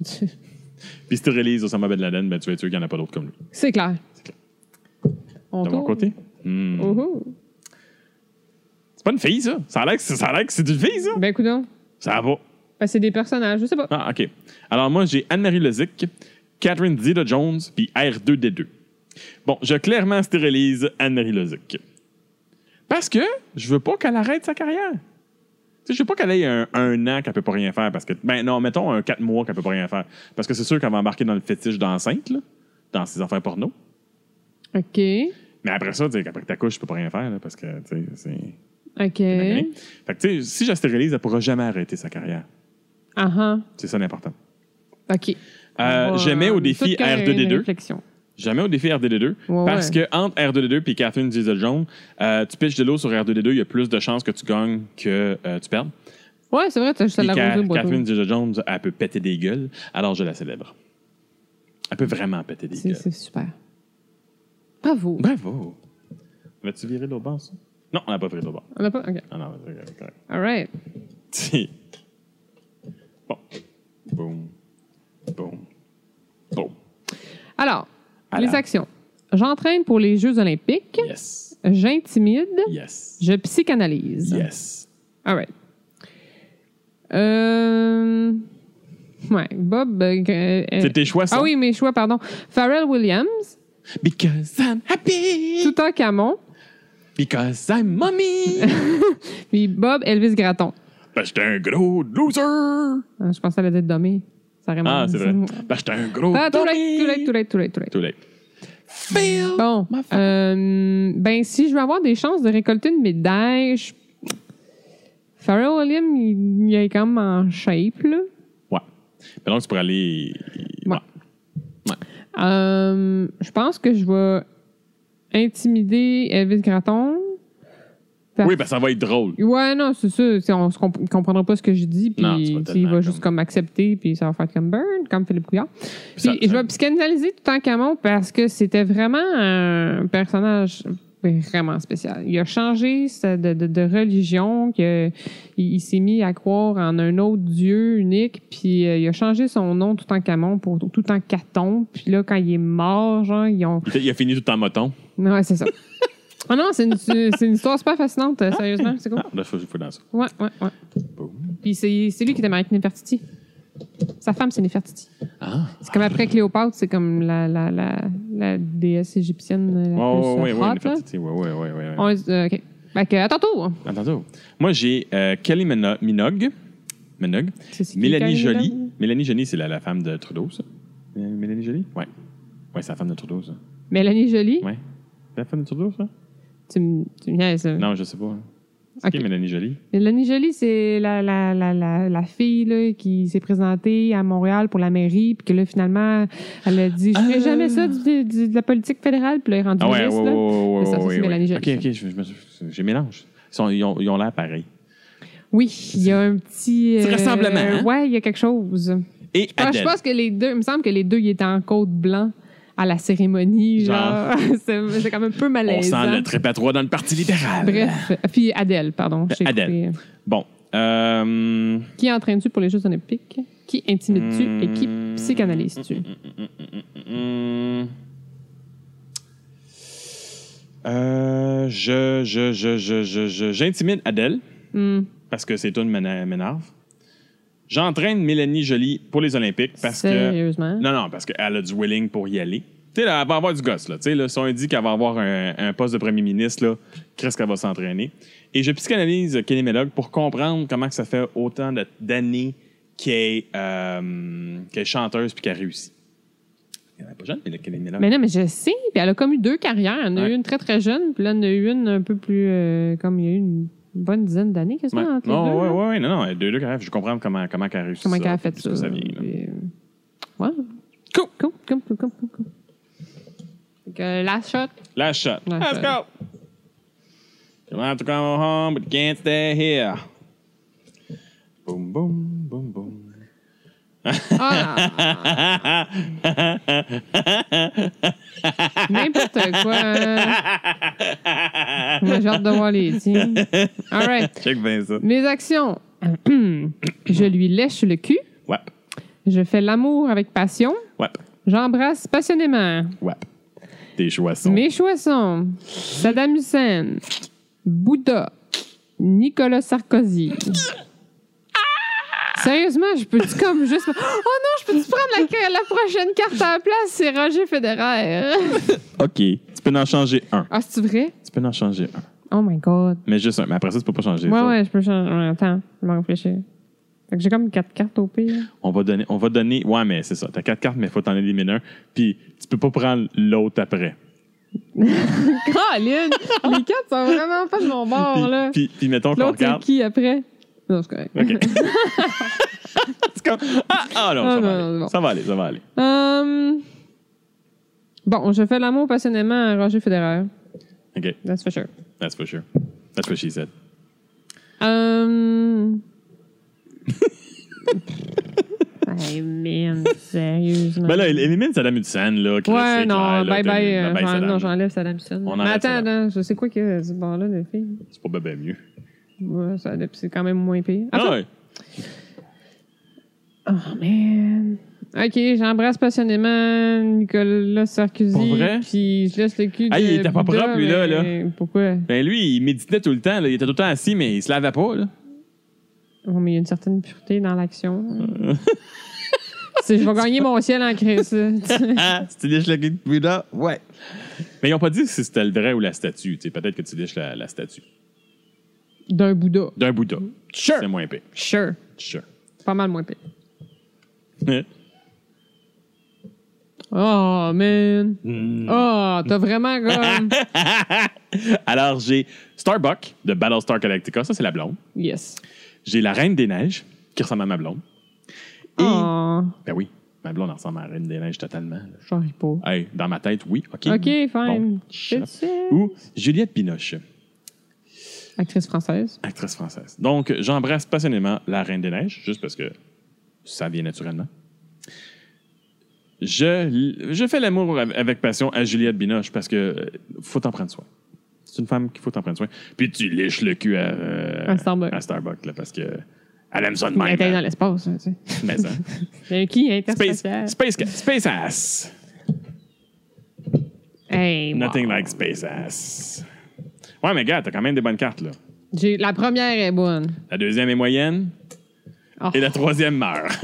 [SPEAKER 1] Puis si tu réalises Osama Ben Laden, ben tu vas être sûr qu'il n'y en a pas d'autres comme lui.
[SPEAKER 2] C'est clair. On
[SPEAKER 1] De mon
[SPEAKER 2] tourne.
[SPEAKER 1] côté. Hmm.
[SPEAKER 2] Oh, oh.
[SPEAKER 1] C'est pas une fille, ça. Ça a l'air que c'est- ça a l'air que c'est une fille, ça.
[SPEAKER 2] Ben, coudonc.
[SPEAKER 1] Ça va.
[SPEAKER 2] Ben, c'est des personnages, je sais pas.
[SPEAKER 1] Ah, OK. Alors, moi, j'ai Anne-Marie Lezic, Catherine Zeta-Jones, puis R2-D2. Bon, je clairement stérilise Anne-Marie Lezic. Parce que je veux pas qu'elle arrête sa carrière. Tu sais, je veux pas qu'elle ait un, un an qu'elle peut pas rien faire. Parce que, ben non, mettons un quatre mois qu'elle peut pas rien faire. Parce que c'est sûr qu'elle va embarquer dans le fétiche d'enceinte, là, dans ses affaires porno.
[SPEAKER 2] OK.
[SPEAKER 1] Mais après ça, tu sais, après que t'accouches, tu peux pas rien faire, là, parce que, tu sais, c'est...
[SPEAKER 2] OK.
[SPEAKER 1] Fait que, tu sais, si je la stérilise, elle pourra jamais arrêter sa carrière.
[SPEAKER 2] Ah, ah.
[SPEAKER 1] C'est ça l'important.
[SPEAKER 2] OK.
[SPEAKER 1] Euh,
[SPEAKER 2] On va,
[SPEAKER 1] je mets
[SPEAKER 2] euh,
[SPEAKER 1] au défi
[SPEAKER 2] tout carrer la
[SPEAKER 1] R2D2.
[SPEAKER 2] réflexion.
[SPEAKER 1] Jamais au défi R2D2.
[SPEAKER 2] Ouais,
[SPEAKER 1] parce
[SPEAKER 2] ouais.
[SPEAKER 1] que entre R2D2 et Catherine Diesel-Jones, euh, tu pitches de l'eau sur R2D2, il y a plus de chances que tu gagnes que euh, tu perdes.
[SPEAKER 2] Ouais, c'est vrai, t'as juste à
[SPEAKER 1] Et
[SPEAKER 2] la
[SPEAKER 1] Ca-
[SPEAKER 2] rosée, boiteau.
[SPEAKER 1] Catherine Diesel-Jones, elle peut péter des gueules, alors je la célèbre. Elle peut vraiment péter des
[SPEAKER 2] C'est
[SPEAKER 1] gueules.
[SPEAKER 2] c'est super. Bravo.
[SPEAKER 1] Bravo! Vas-tu virer de l'autre bord, ça? Non, on n'a pas viré de l'autre bord.
[SPEAKER 2] On n'a pas. OK.
[SPEAKER 1] Ah non, c'est correct, <laughs> correct.
[SPEAKER 2] All right.
[SPEAKER 1] Si. Bon. Boum. Boum. Boum.
[SPEAKER 2] Alors,
[SPEAKER 1] Alors.
[SPEAKER 2] les actions. J'entraîne pour les Jeux Olympiques.
[SPEAKER 1] Yes.
[SPEAKER 2] J'intimide.
[SPEAKER 1] Yes.
[SPEAKER 2] Je psychanalyse.
[SPEAKER 1] Yes.
[SPEAKER 2] All right. Euh... Ouais, Bob. euh, euh,
[SPEAKER 1] C'est tes choix, ça?
[SPEAKER 2] Ah oui, mes choix, pardon. Pharrell Williams,
[SPEAKER 1] Because I'm happy!
[SPEAKER 2] Touta Camon,
[SPEAKER 1] Because I'm <laughs> mommy!
[SPEAKER 2] puis Bob Elvis Gratton.
[SPEAKER 1] ben, j'étais un gros loser!
[SPEAKER 2] Euh, Je pensais à la tête d'Omé. Ça aurait
[SPEAKER 1] Ah,
[SPEAKER 2] marché.
[SPEAKER 1] c'est vrai. Ben, j'étais un gros
[SPEAKER 2] Mm. Ah, tout
[SPEAKER 1] dummy.
[SPEAKER 2] right, tout right, tout right, tout right, tout right.
[SPEAKER 1] Too late. Fail!
[SPEAKER 2] Bon,
[SPEAKER 1] Ma fa-
[SPEAKER 2] euh, ben si je veux avoir des chances de récolter une médaille, je... Pharrell Williams, il, il est quand même en shape, là.
[SPEAKER 1] Ouais. Ben donc, tu pourrais aller...
[SPEAKER 2] Ouais. Euh, je pense que je vais intimider Elvis Gratton. Parce-
[SPEAKER 1] Oui, ben ça va être drôle.
[SPEAKER 2] Ouais, non, c'est ça. C'est- On ne comprendra pas ce que j'ai dit, puis
[SPEAKER 1] Non, tu vas
[SPEAKER 2] tu sais, il va
[SPEAKER 1] tellement
[SPEAKER 2] juste
[SPEAKER 1] comme-
[SPEAKER 2] comme accepter, puis ça va faire comme Burn, comme Philippe Couillard. Puis
[SPEAKER 1] ça-
[SPEAKER 2] je
[SPEAKER 1] ça-
[SPEAKER 2] vais psychanalyser tout en Camon parce que c'était vraiment un personnage vraiment spécial. Il a changé sa- de, de- de religion, que, il, il s'est mis à croire en un autre Dieu unique, puis euh, il a changé son nom tout en Camon pour tout en Caton, puis là, quand il est mort, genre, ils ont...
[SPEAKER 1] Il a- Il a fini tout en moton. <laughs>
[SPEAKER 2] Ouais, c'est ça. Ah non, c'est une, c'est une histoire super fascinante, euh, sérieusement, c'est cool.
[SPEAKER 1] Ah, là, je suis dans ça.
[SPEAKER 2] Ouais, ouais, ouais.
[SPEAKER 1] Boum.
[SPEAKER 2] Puis c'est c'est lui qui était marié avec Nefertiti. Sa femme, c'est Nefertiti.
[SPEAKER 1] Ah!
[SPEAKER 2] C'est comme après Cléopâtre, c'est comme la, la, la, la déesse égyptienne la
[SPEAKER 1] Ouais,
[SPEAKER 2] plus
[SPEAKER 1] ouais, ouais, ouais,
[SPEAKER 2] euh, hot,
[SPEAKER 1] une
[SPEAKER 2] là.
[SPEAKER 1] fertilité, ouais, ouais, ouais, ouais, ouais.
[SPEAKER 2] On les- euh, OK. Fait que, à ton tour.
[SPEAKER 1] Attends, attends. Moi, j'ai euh, Kelly Mino- Minogue. Minogue.
[SPEAKER 2] C'est- c'est qui,
[SPEAKER 1] Mélanie
[SPEAKER 2] Kylie
[SPEAKER 1] Jolie.
[SPEAKER 2] Minogue?
[SPEAKER 1] Mélanie Jolie, c'est la, la femme de Trudeau, ça. Euh, Mélanie Jolie? Ouais. Ouais, c'est la femme de Trudeau, ça.
[SPEAKER 2] Mélanie Jolie.
[SPEAKER 1] Ouais. C'est la femme de Trudeau, ça?
[SPEAKER 2] Tu me tu me niaises, là.
[SPEAKER 1] Non, je sais pas. hein. C'est
[SPEAKER 2] Ok.
[SPEAKER 1] qui, Mélanie Jolie?
[SPEAKER 2] Mélanie Jolie, c'est la, la, la, la, la fille là, qui s'est présentée à Montréal pour la mairie, puis que là, finalement, elle a dit Je ferai
[SPEAKER 1] Ah.
[SPEAKER 2] jamais ça du- du- de la politique fédérale, puis là, elle est rendue
[SPEAKER 1] Ah ouais, ouais,
[SPEAKER 2] ministre,
[SPEAKER 1] ouais,
[SPEAKER 2] là.
[SPEAKER 1] ouais, ouais,
[SPEAKER 2] C'est ça, ça,
[SPEAKER 1] ouais,
[SPEAKER 2] c'est
[SPEAKER 1] ouais.
[SPEAKER 2] Mélanie Jolie,
[SPEAKER 1] Ok, ok, je, je me- je mélange. Ils, sont- ils ont ils ont l'air pareils.
[SPEAKER 2] Oui, il y a un petit. euh,
[SPEAKER 1] Petit rassemblement, hein?
[SPEAKER 2] Ouais, il y a quelque chose.
[SPEAKER 1] Et
[SPEAKER 2] Ah, Je pense-
[SPEAKER 1] Adèle.
[SPEAKER 2] je pense que les deux, il me semble que les deux, ils étaient en côte blanc à la cérémonie. Genre, <laughs> c'est c'est quand même un peu
[SPEAKER 1] On
[SPEAKER 2] malaisant.
[SPEAKER 1] sent le trépas 3 dans le Parti libéral.
[SPEAKER 2] Bref, puis Adèle, pardon. je t'ai
[SPEAKER 1] Adèle.
[SPEAKER 2] coupé.
[SPEAKER 1] Bon. Euh,
[SPEAKER 2] Qui entraînes-tu pour les Jeux Olympiques? Qui intimides-tu
[SPEAKER 1] Hmm.
[SPEAKER 2] et qui psychanalyses-tu?
[SPEAKER 1] Mm. Euh, je, je, je, je, je, je- j'intimide Adèle
[SPEAKER 2] Hmm,
[SPEAKER 1] parce que c'est une m'éna- m'énerve. J'entraîne Mélanie Jolie pour les Olympiques parce que.
[SPEAKER 2] Sérieusement?
[SPEAKER 1] Non, non, parce qu'elle a du willing pour y aller. Tu sais, là, elle va avoir du gosse, là. Tu sais, là, si on dit qu'elle va avoir un, un poste de premier ministre, là, qu'est-ce qu'elle va s'entraîner? Et je psychanalyse Kelly Minogue pour comprendre comment que ça fait autant de- d'années qu'elle est, euh, qu'elle est chanteuse puis qu'elle réussit. Elle est pas jeune, mais Kylie Minogue.
[SPEAKER 2] Mais non, mais je sais. Puis elle a comme eu deux carrières. Elle en a
[SPEAKER 1] Ouais.
[SPEAKER 2] eu une très, très jeune, puis là, elle en a eu une un peu plus. euh, comme il y a eu une bonne dizaine d'années, quasiment,
[SPEAKER 1] Ouais.
[SPEAKER 2] entre les hein, deux.
[SPEAKER 1] Non, ouais,
[SPEAKER 2] là.
[SPEAKER 1] ouais, ouais, non, non, elle a deux, deux carrières. Je comprends comment, comment elle a réussi
[SPEAKER 2] Comment
[SPEAKER 1] ça,
[SPEAKER 2] elle a fait
[SPEAKER 1] puis
[SPEAKER 2] ça.
[SPEAKER 1] d'où vient, là.
[SPEAKER 2] puis, euh, ouais. Cool, cool, cool, cool, cool, cool, cool. Fait que, euh, last shot.
[SPEAKER 1] Last shot.
[SPEAKER 2] Last
[SPEAKER 1] Let's
[SPEAKER 2] shot.
[SPEAKER 1] go. You want to come home, but you can't stay here. Boom, boom, boom, boom.
[SPEAKER 2] Ah, n'importe quoi. Moi, j'ai hâte de voir les tiens. All right.
[SPEAKER 1] Check bien ça.
[SPEAKER 2] Mes actions. <clears throat> je lui lèche le cul.
[SPEAKER 1] Wap,
[SPEAKER 2] Je fais l'amour avec passion.
[SPEAKER 1] wap,
[SPEAKER 2] J'embrasse passionnément.
[SPEAKER 1] wap. Tes choix sont.
[SPEAKER 2] Mes choix sont Saddam Hussein, Bouddha, Nicolas Sarkozy. Sérieusement, je peux-tu comme juste. Ah! <gasps> Oh non, je peux-tu prendre la, la prochaine carte à la place? C'est Roger Federer.
[SPEAKER 1] OK. Tu peux en changer un.
[SPEAKER 2] Ah, c'est vrai?
[SPEAKER 1] Tu peux en changer un.
[SPEAKER 2] Oh my God.
[SPEAKER 1] Mais juste un. Mais après ça, tu peux pas changer. les
[SPEAKER 2] Ouais,
[SPEAKER 1] autres.
[SPEAKER 2] ouais, je peux changer. Ouais, Attends, je vais réfléchir. Fait que j'ai comme quatre cartes au <laughs> pire.
[SPEAKER 1] On va donner. On va donner. Ouais, mais c'est ça. T'as quatre cartes, mais faut t'en éliminer un. Puis tu peux pas prendre l'autre après.
[SPEAKER 2] Caroline! Les cartes sont vraiment pas de mon bord,
[SPEAKER 1] Puis,
[SPEAKER 2] Oh, là.
[SPEAKER 1] puis, puis mettons qu'on
[SPEAKER 2] L'autre, c'est
[SPEAKER 1] regarde.
[SPEAKER 2] qui après? Non, c'est correct.
[SPEAKER 1] OK. C'est comme- Ah, ah non,
[SPEAKER 2] Ah,
[SPEAKER 1] ça, va
[SPEAKER 2] non,
[SPEAKER 1] aller.
[SPEAKER 2] non, bon.
[SPEAKER 1] ça va aller, ça va aller.
[SPEAKER 2] Hum, Bon, je fais l'amour passionnément à Roger Federer.
[SPEAKER 1] OK,
[SPEAKER 2] That's for sure.
[SPEAKER 1] that's for sure. That's what she said.
[SPEAKER 2] Hum, <laughs> hey man, sérieusement.
[SPEAKER 1] Ben là, elle élimine Saddam Hussein, là. Chris,
[SPEAKER 2] ouais,
[SPEAKER 1] c'est
[SPEAKER 2] non,
[SPEAKER 1] clair, là,
[SPEAKER 2] bye
[SPEAKER 1] t'as
[SPEAKER 2] bye.
[SPEAKER 1] élimine-
[SPEAKER 2] euh,
[SPEAKER 1] bye,
[SPEAKER 2] j'en-
[SPEAKER 1] Saddam.
[SPEAKER 2] non, j'enlève Saddam Hussein.
[SPEAKER 1] On
[SPEAKER 2] Mais
[SPEAKER 1] enlève
[SPEAKER 2] attends,
[SPEAKER 1] Saddam.
[SPEAKER 2] attends, je sais quoi qu'il y a du bord-là, les filles.
[SPEAKER 1] C'est pas bien ben mieux.
[SPEAKER 2] Ouais, ça- c'est quand même moins pire.
[SPEAKER 1] Ah
[SPEAKER 2] Enfin,
[SPEAKER 1] ouais.
[SPEAKER 2] Oh man. Ok, j'embrasse passionnément Nicolas Sarkozy.
[SPEAKER 1] Pour vrai?
[SPEAKER 2] Puis je laisse le cul.
[SPEAKER 1] Ah,
[SPEAKER 2] de
[SPEAKER 1] il était pas
[SPEAKER 2] Bouddha,
[SPEAKER 1] propre, lui, là, là.
[SPEAKER 2] mais Pourquoi?
[SPEAKER 1] Ben lui, il méditait tout le temps, là. Il était tout le temps assis, mais il se lavait pas, là.
[SPEAKER 2] Bon, mais il y a une certaine pureté dans l'action.
[SPEAKER 1] Euh.
[SPEAKER 2] C'est je vais gagner mon ciel en
[SPEAKER 1] <laughs>
[SPEAKER 2] crise. là.
[SPEAKER 1] <laughs> Ah, si tu lèches le cul de Bouddha, ouais. Mais ils ont pas dit si c'était le vrai ou la statue. Tu sais, peut-être que tu lèches la, la statue.
[SPEAKER 2] D'un Bouddha.
[SPEAKER 1] D'un Bouddha.
[SPEAKER 2] Sure.
[SPEAKER 1] C'est moins pire.
[SPEAKER 2] Sure.
[SPEAKER 1] Sure. <laughs>
[SPEAKER 2] Pas mal moins pire.
[SPEAKER 1] Mm.
[SPEAKER 2] Oh, man.
[SPEAKER 1] Hmm.
[SPEAKER 2] Oh, t'as vraiment comme.
[SPEAKER 1] Alors, j'ai Starbuck de Battlestar Galactica. Ça, c'est la blonde.
[SPEAKER 2] Yes.
[SPEAKER 1] J'ai la Reine des Neiges, qui ressemble à ma blonde. Et,
[SPEAKER 2] Oh,
[SPEAKER 1] ben oui, ma blonde ressemble à la Reine des Neiges totalement.
[SPEAKER 2] j'en ris pas.
[SPEAKER 1] Hey, dans ma tête, oui. OK.
[SPEAKER 2] Ok, fine.
[SPEAKER 1] Bon,
[SPEAKER 2] C'est
[SPEAKER 1] shut up. Ou Juliette Binoche,
[SPEAKER 2] Actrice française.
[SPEAKER 1] actrice française. Donc, j'embrasse passionnément la Reine des Neiges, juste parce que ça vient naturellement. Je, je fais l'amour av- avec passion à Juliette Binoche parce que euh, faut t'en prendre soin. C'est une femme qu'il faut t'en prendre soin. Puis tu liches le cul à, euh,
[SPEAKER 2] À Starbucks.
[SPEAKER 1] à Starbucks, là, parce que elle aime ça de
[SPEAKER 2] Il
[SPEAKER 1] même.
[SPEAKER 2] était dans
[SPEAKER 1] hein.
[SPEAKER 2] l'espace. hein, tu sais.
[SPEAKER 1] Mais,
[SPEAKER 2] <laughs>
[SPEAKER 1] hein.
[SPEAKER 2] Mais qui
[SPEAKER 1] Space,
[SPEAKER 2] interspatial?
[SPEAKER 1] space, ca- space ass.
[SPEAKER 2] Hey, wow.
[SPEAKER 1] Nothing like space ass. Ouais, mais gars, t'as quand même des bonnes cartes, là.
[SPEAKER 2] J'ai- La première est bonne.
[SPEAKER 1] La deuxième est moyenne
[SPEAKER 2] Oh.
[SPEAKER 1] et la troisième meurt.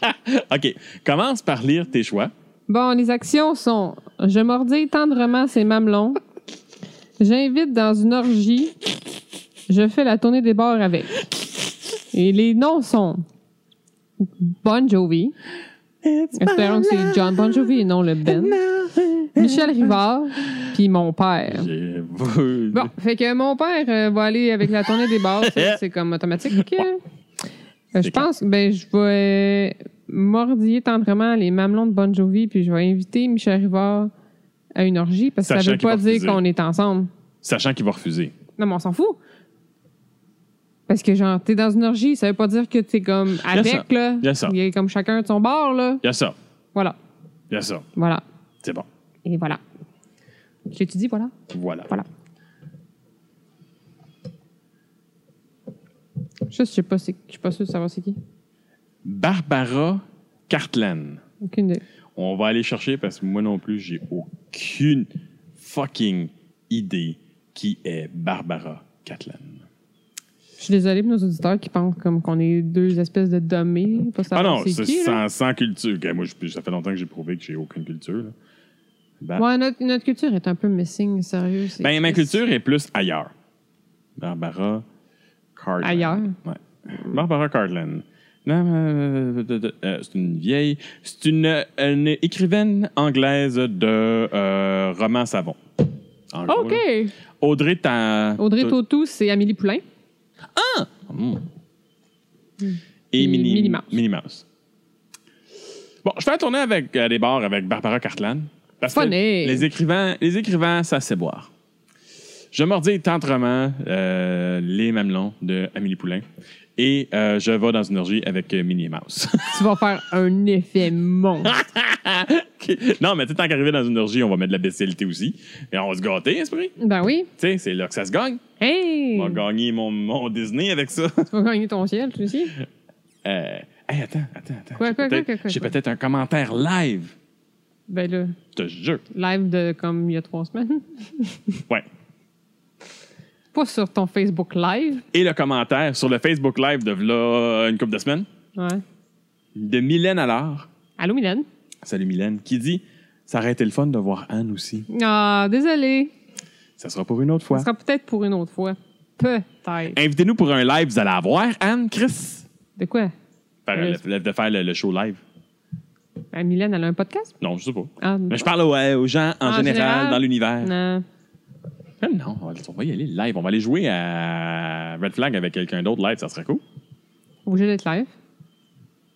[SPEAKER 1] <laughs> OK. Commence par lire tes choix.
[SPEAKER 2] Bon, les actions sont je mordis tendrement ses mamelons, j'invite dans une orgie, je fais la tournée des bars avec. Et les noms sont Bon Jovi, espérons que c'est John Bon Jovi et non le Ben, Michel Rivard, puis mon père.
[SPEAKER 1] J'ai voulu.
[SPEAKER 2] Bon, fait que mon père euh, va aller avec la tournée des bars,
[SPEAKER 1] <laughs>
[SPEAKER 2] ça, c'est comme automatique. Euh, je
[SPEAKER 1] C'est clair.
[SPEAKER 2] pense que ben, je vais mordiller tendrement les mamelons de Bon Jovi, puis je vais inviter Michel Rivard à une orgie, parce que ça
[SPEAKER 1] Sachant
[SPEAKER 2] veut
[SPEAKER 1] qu'il
[SPEAKER 2] pas
[SPEAKER 1] va
[SPEAKER 2] dire
[SPEAKER 1] refuser.
[SPEAKER 2] qu'on est ensemble.
[SPEAKER 1] Sachant qu'il va refuser.
[SPEAKER 2] Non, mais on s'en fout. Parce que, genre, t'es dans une orgie, ça veut pas dire que t'es comme avec, là.
[SPEAKER 1] Bien sûr.
[SPEAKER 2] Il y a comme chacun de son bord, là.
[SPEAKER 1] Il y a ça.
[SPEAKER 2] Voilà.
[SPEAKER 1] Il y a ça.
[SPEAKER 2] Voilà.
[SPEAKER 1] C'est bon.
[SPEAKER 2] Et voilà. J'ai-tu dit voilà?
[SPEAKER 1] Voilà.
[SPEAKER 2] Voilà. Je sais pas, c'est- je suis pas sûre de savoir c'est qui.
[SPEAKER 1] Barbara Cartland.
[SPEAKER 2] Aucune idée.
[SPEAKER 1] On va aller chercher parce que moi non plus, j'ai aucune fucking idée qui est Barbara Catlan.
[SPEAKER 2] Je suis désolée pour nos auditeurs qui pensent comme qu'on est deux espèces de dommés. Pas
[SPEAKER 1] Ah
[SPEAKER 2] savoir
[SPEAKER 1] non,
[SPEAKER 2] c'est
[SPEAKER 1] c'est
[SPEAKER 2] qui,
[SPEAKER 1] sans,
[SPEAKER 2] là.
[SPEAKER 1] sans culture. Ok, moi, je- ça fait longtemps que j'ai prouvé que j'ai aucune culture. là. Bar-
[SPEAKER 2] Ouais, notre, notre culture est un peu missing, sérieux. c'est
[SPEAKER 1] Ben, ma
[SPEAKER 2] triste.
[SPEAKER 1] culture est plus ailleurs. Barbara Cartland.
[SPEAKER 2] Ailleurs?
[SPEAKER 1] Ouais. Barbara Cartland. Non, euh, de- de- euh, c'est une vieille. C'est une, une écrivaine anglaise de euh, roman savon. En gros,
[SPEAKER 2] OK.
[SPEAKER 1] là. Audrey, ta,
[SPEAKER 2] Audrey
[SPEAKER 1] ta-
[SPEAKER 2] Tautou, c'est Amélie Poulain.
[SPEAKER 1] Mm. Et
[SPEAKER 2] Et
[SPEAKER 1] Minnie,
[SPEAKER 2] Minnie Mouse.
[SPEAKER 1] Minnie Mouse. Bon, je fais la tournée avec euh, les bars avec Barbara Cartland. Parce que
[SPEAKER 2] Funny.
[SPEAKER 1] les écrivains, les écrivains, ça c'est boire. Je mordis tendrement euh, les mamelons de Amélie Poulain et euh, je vais dans une orgie avec euh, Minnie Mouse. <laughs>
[SPEAKER 2] Tu vas faire un effet
[SPEAKER 1] Ah!
[SPEAKER 2] monstre.
[SPEAKER 1] non, mais tu sais, tant qu'arriver dans une orgie, on va mettre de la bestialité aussi. Et on va se gâter, esprit. Tu
[SPEAKER 2] ben oui.
[SPEAKER 1] sais, c'est là que ça se gagne.
[SPEAKER 2] Hey!
[SPEAKER 1] On va gagner mon, mon Disney avec ça. <laughs>
[SPEAKER 2] Tu vas gagner ton ciel, tu aussi.
[SPEAKER 1] Euh, hey, attends, attends, attends.
[SPEAKER 2] Quoi,
[SPEAKER 1] J'ai
[SPEAKER 2] quoi,
[SPEAKER 1] peut-être-
[SPEAKER 2] quoi, quoi, quoi,
[SPEAKER 1] J'ai
[SPEAKER 2] quoi?
[SPEAKER 1] peut-être un commentaire live.
[SPEAKER 2] Ben là,
[SPEAKER 1] Je te jure.
[SPEAKER 2] live de comme il y a trois semaines. <laughs>
[SPEAKER 1] Ouais.
[SPEAKER 2] Pas sur ton Facebook Live.
[SPEAKER 1] Et le commentaire sur le Facebook Live de v'là une couple de semaines
[SPEAKER 2] Ouais.
[SPEAKER 1] de Mylène Allard.
[SPEAKER 2] Allô, Mylène?
[SPEAKER 1] Salut Mylène. Qui dit Ça aurait été le fun de voir Anne aussi.
[SPEAKER 2] Ah, désolé.
[SPEAKER 1] Ça sera pour une autre
[SPEAKER 2] Ce
[SPEAKER 1] fois.
[SPEAKER 2] sera peut-être pour une autre fois. Peut-être.
[SPEAKER 1] Invitez-nous pour un live. Vous allez avoir Anne, Chris
[SPEAKER 2] De quoi?
[SPEAKER 1] Faire
[SPEAKER 2] Oui.
[SPEAKER 1] le- le- De faire le, le show live.
[SPEAKER 2] Ben, Mylène, elle a un podcast?
[SPEAKER 1] Non, je sais pas.
[SPEAKER 2] Ah,
[SPEAKER 1] Mais je parle aux, euh, aux gens en,
[SPEAKER 2] En
[SPEAKER 1] général,
[SPEAKER 2] général?
[SPEAKER 1] dans l'univers.
[SPEAKER 2] non.
[SPEAKER 1] Ah Non, on va- on va y aller live. On va aller jouer à Red Flag avec quelqu'un d'autre live. Ça serait cool.
[SPEAKER 2] Obligé d'être live.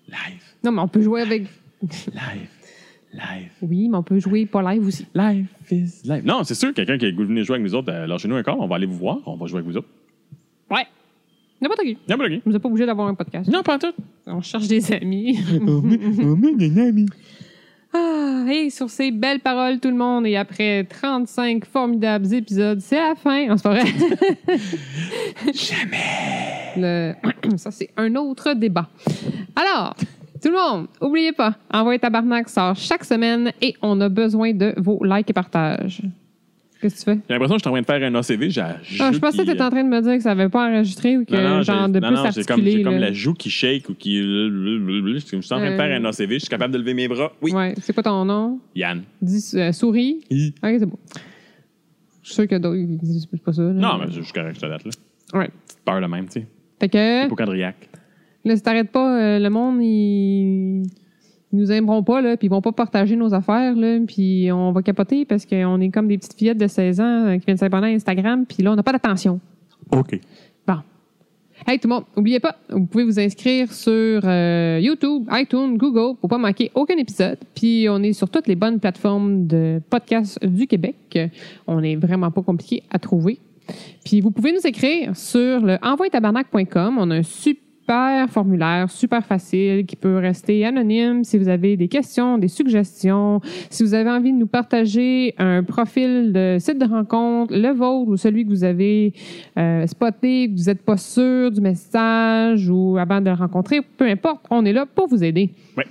[SPEAKER 1] Live,
[SPEAKER 2] Non, mais on peut jouer avec.
[SPEAKER 1] live, live.
[SPEAKER 2] Oui, mais on peut jouer pas live aussi.
[SPEAKER 1] Life is life. Non, c'est sûr, quelqu'un qui est venu jouer avec nous autres, euh, lâchez-nous un corps, on va aller vous voir, on va jouer avec vous autres.
[SPEAKER 2] Ouais. N'importe qui.
[SPEAKER 1] Non, pas de qui.
[SPEAKER 2] Vous n'êtes pas obligé d'avoir un podcast.
[SPEAKER 1] Non, pas en tout.
[SPEAKER 2] On cherche des amis. Ah, et sur ces belles paroles, tout le monde, et après 35 formidables épisodes, c'est la fin. On se ferait. Jamais. <clears throat> Ça, c'est un autre débat. Alors, tout le monde, oubliez pas, Envoyez Tabarnak sort chaque semaine et on a besoin de vos likes et partages. Qu'est-ce que tu fais?
[SPEAKER 1] J'ai l'impression que je suis en train de faire un ACV, j'ai la
[SPEAKER 2] Ah, je
[SPEAKER 1] joue
[SPEAKER 2] pensais que
[SPEAKER 1] qui-
[SPEAKER 2] tu étais en train de me dire que ça n'avait pas enregistré ou que
[SPEAKER 1] euh, Non, non,
[SPEAKER 2] genre de plus
[SPEAKER 1] j'ai comme, j'ai
[SPEAKER 2] articulé.
[SPEAKER 1] comme
[SPEAKER 2] là.
[SPEAKER 1] la joue qui shake ou qui. Je suis en train de
[SPEAKER 2] Euh.
[SPEAKER 1] faire un ACV, je suis capable de lever mes bras. Oui,
[SPEAKER 2] Ouais, c'est quoi ton nom?
[SPEAKER 1] Yann.
[SPEAKER 2] Dis euh, souris.
[SPEAKER 1] Hi.
[SPEAKER 2] Ok, c'est bon. Je suis sûr que d'autres ils disent plus pas ça. là.
[SPEAKER 1] Non, mais je suis correct, je te date, là.
[SPEAKER 2] Mm. Ouais.
[SPEAKER 1] Petite peur le même, tu sais.
[SPEAKER 2] Fait que,
[SPEAKER 1] Hypochondriaque.
[SPEAKER 2] là, si t'arrêtes pas, euh, le monde, ils... ils nous aimeront pas, là, puis ils vont pas partager nos affaires, là, puis on va capoter parce qu'on est comme des petites fillettes de 16 ans euh, qui viennent s'abonner à Instagram, puis là, on n'a pas d'attention.
[SPEAKER 1] OK.
[SPEAKER 2] Hey, tout le monde, n'oubliez pas, vous pouvez vous inscrire sur euh, YouTube, iTunes, Google pour pas manquer aucun épisode. Puis on est sur toutes les bonnes plateformes de podcasts du Québec. On est vraiment pas compliqué à trouver. Puis vous pouvez nous écrire sur le envoyetabarnak.com. On a un super formulaire, super facile, qui peut rester anonyme si vous avez des questions, des suggestions, si vous avez envie de nous partager un profil de site de rencontre, le vôtre ou celui que vous avez euh, spoté, que vous n'êtes pas sûr du message ou avant de le rencontrer, peu importe, on est là pour vous aider.
[SPEAKER 1] Ouais.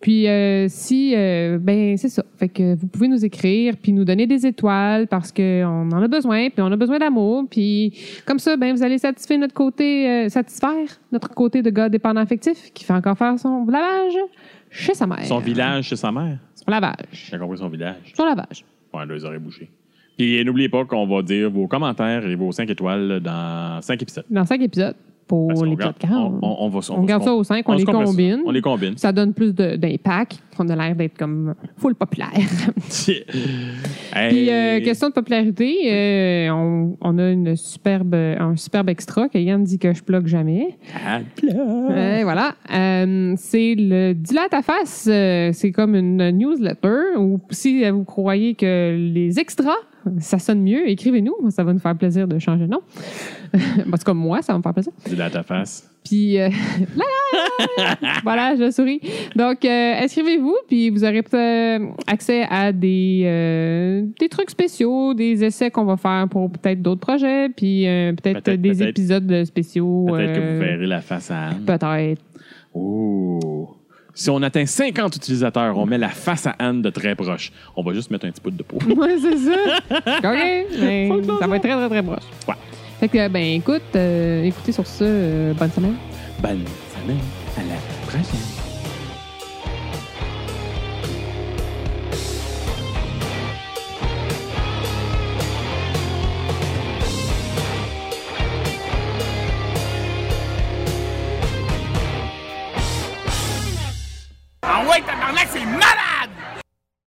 [SPEAKER 2] Puis euh, si, euh, ben c'est ça. Fait que vous pouvez nous écrire, puis nous donner des étoiles parce qu'on en a besoin, puis on a besoin d'amour, puis comme ça, ben vous allez satisfaire notre côté, euh, satisfaire notre côté de gars dépendant affectif qui fait encore faire son lavage chez sa mère.
[SPEAKER 1] Son village chez sa mère.
[SPEAKER 2] Son lavage.
[SPEAKER 1] J'ai compris son village.
[SPEAKER 2] Son lavage.
[SPEAKER 1] Ouais, deux oreilles bouchées. Puis n'oubliez pas qu'on va dire vos commentaires et vos 5 étoiles dans 5 épisodes.
[SPEAKER 2] Dans cinq épisodes pour
[SPEAKER 1] Parce qu'on
[SPEAKER 2] Oh, les
[SPEAKER 1] garde-
[SPEAKER 2] podcasts.
[SPEAKER 1] On, on- on va se-
[SPEAKER 2] On,
[SPEAKER 1] on va
[SPEAKER 2] garde
[SPEAKER 1] se
[SPEAKER 2] ça
[SPEAKER 1] com-
[SPEAKER 2] aux cinq, on,
[SPEAKER 1] se
[SPEAKER 2] les
[SPEAKER 1] compresse ça.
[SPEAKER 2] combine.
[SPEAKER 1] On les
[SPEAKER 2] <laughs>
[SPEAKER 1] combine. <laughs>
[SPEAKER 2] Ça donne plus de- d'impact. On a l'air d'être comme full populaire.
[SPEAKER 1] Hey.
[SPEAKER 2] Puis, euh, question de popularité, euh, on, on a une superbe, un superbe extra que Yann dit que je plug jamais.
[SPEAKER 1] Ah, plat.
[SPEAKER 2] Euh, voilà. Euh, c'est le Dilate à face. euh, c'est comme une newsletter. Ou si vous croyez que les extras, ça sonne mieux, écrivez-nous. Ça va nous faire plaisir de changer de nom. <laughs> Parce que moi, ça va me faire plaisir.
[SPEAKER 1] Dis-le à ta face.
[SPEAKER 2] Puis euh, <laughs> là, là, là. voilà, je souris. Donc, euh, inscrivez-vous, puis vous aurez peut-être accès à des, euh, des trucs spéciaux, des essais qu'on va faire pour peut-être d'autres projets, puis euh, peut-être
[SPEAKER 1] Peut-être,
[SPEAKER 2] des
[SPEAKER 1] peut-être.
[SPEAKER 2] épisodes euh, spéciaux.
[SPEAKER 1] Peut-être que
[SPEAKER 2] euh,
[SPEAKER 1] vous verrez la face à Anne.
[SPEAKER 2] Peut-être. <laughs>
[SPEAKER 1] Oh. Si on atteint 50 utilisateurs, on met la face à Anne de très proche. On va juste mettre un petit peu de peau.
[SPEAKER 2] Ouais,
[SPEAKER 1] <laughs>
[SPEAKER 2] c'est ça. OK. mais
[SPEAKER 1] Faut le
[SPEAKER 2] ça va être très, très, très proche.
[SPEAKER 1] Ouais.
[SPEAKER 2] Fait que, ben, écoute, euh, écoutez sur ça. euh, bonne semaine.
[SPEAKER 1] Bonne semaine. Ben, À la prochaine.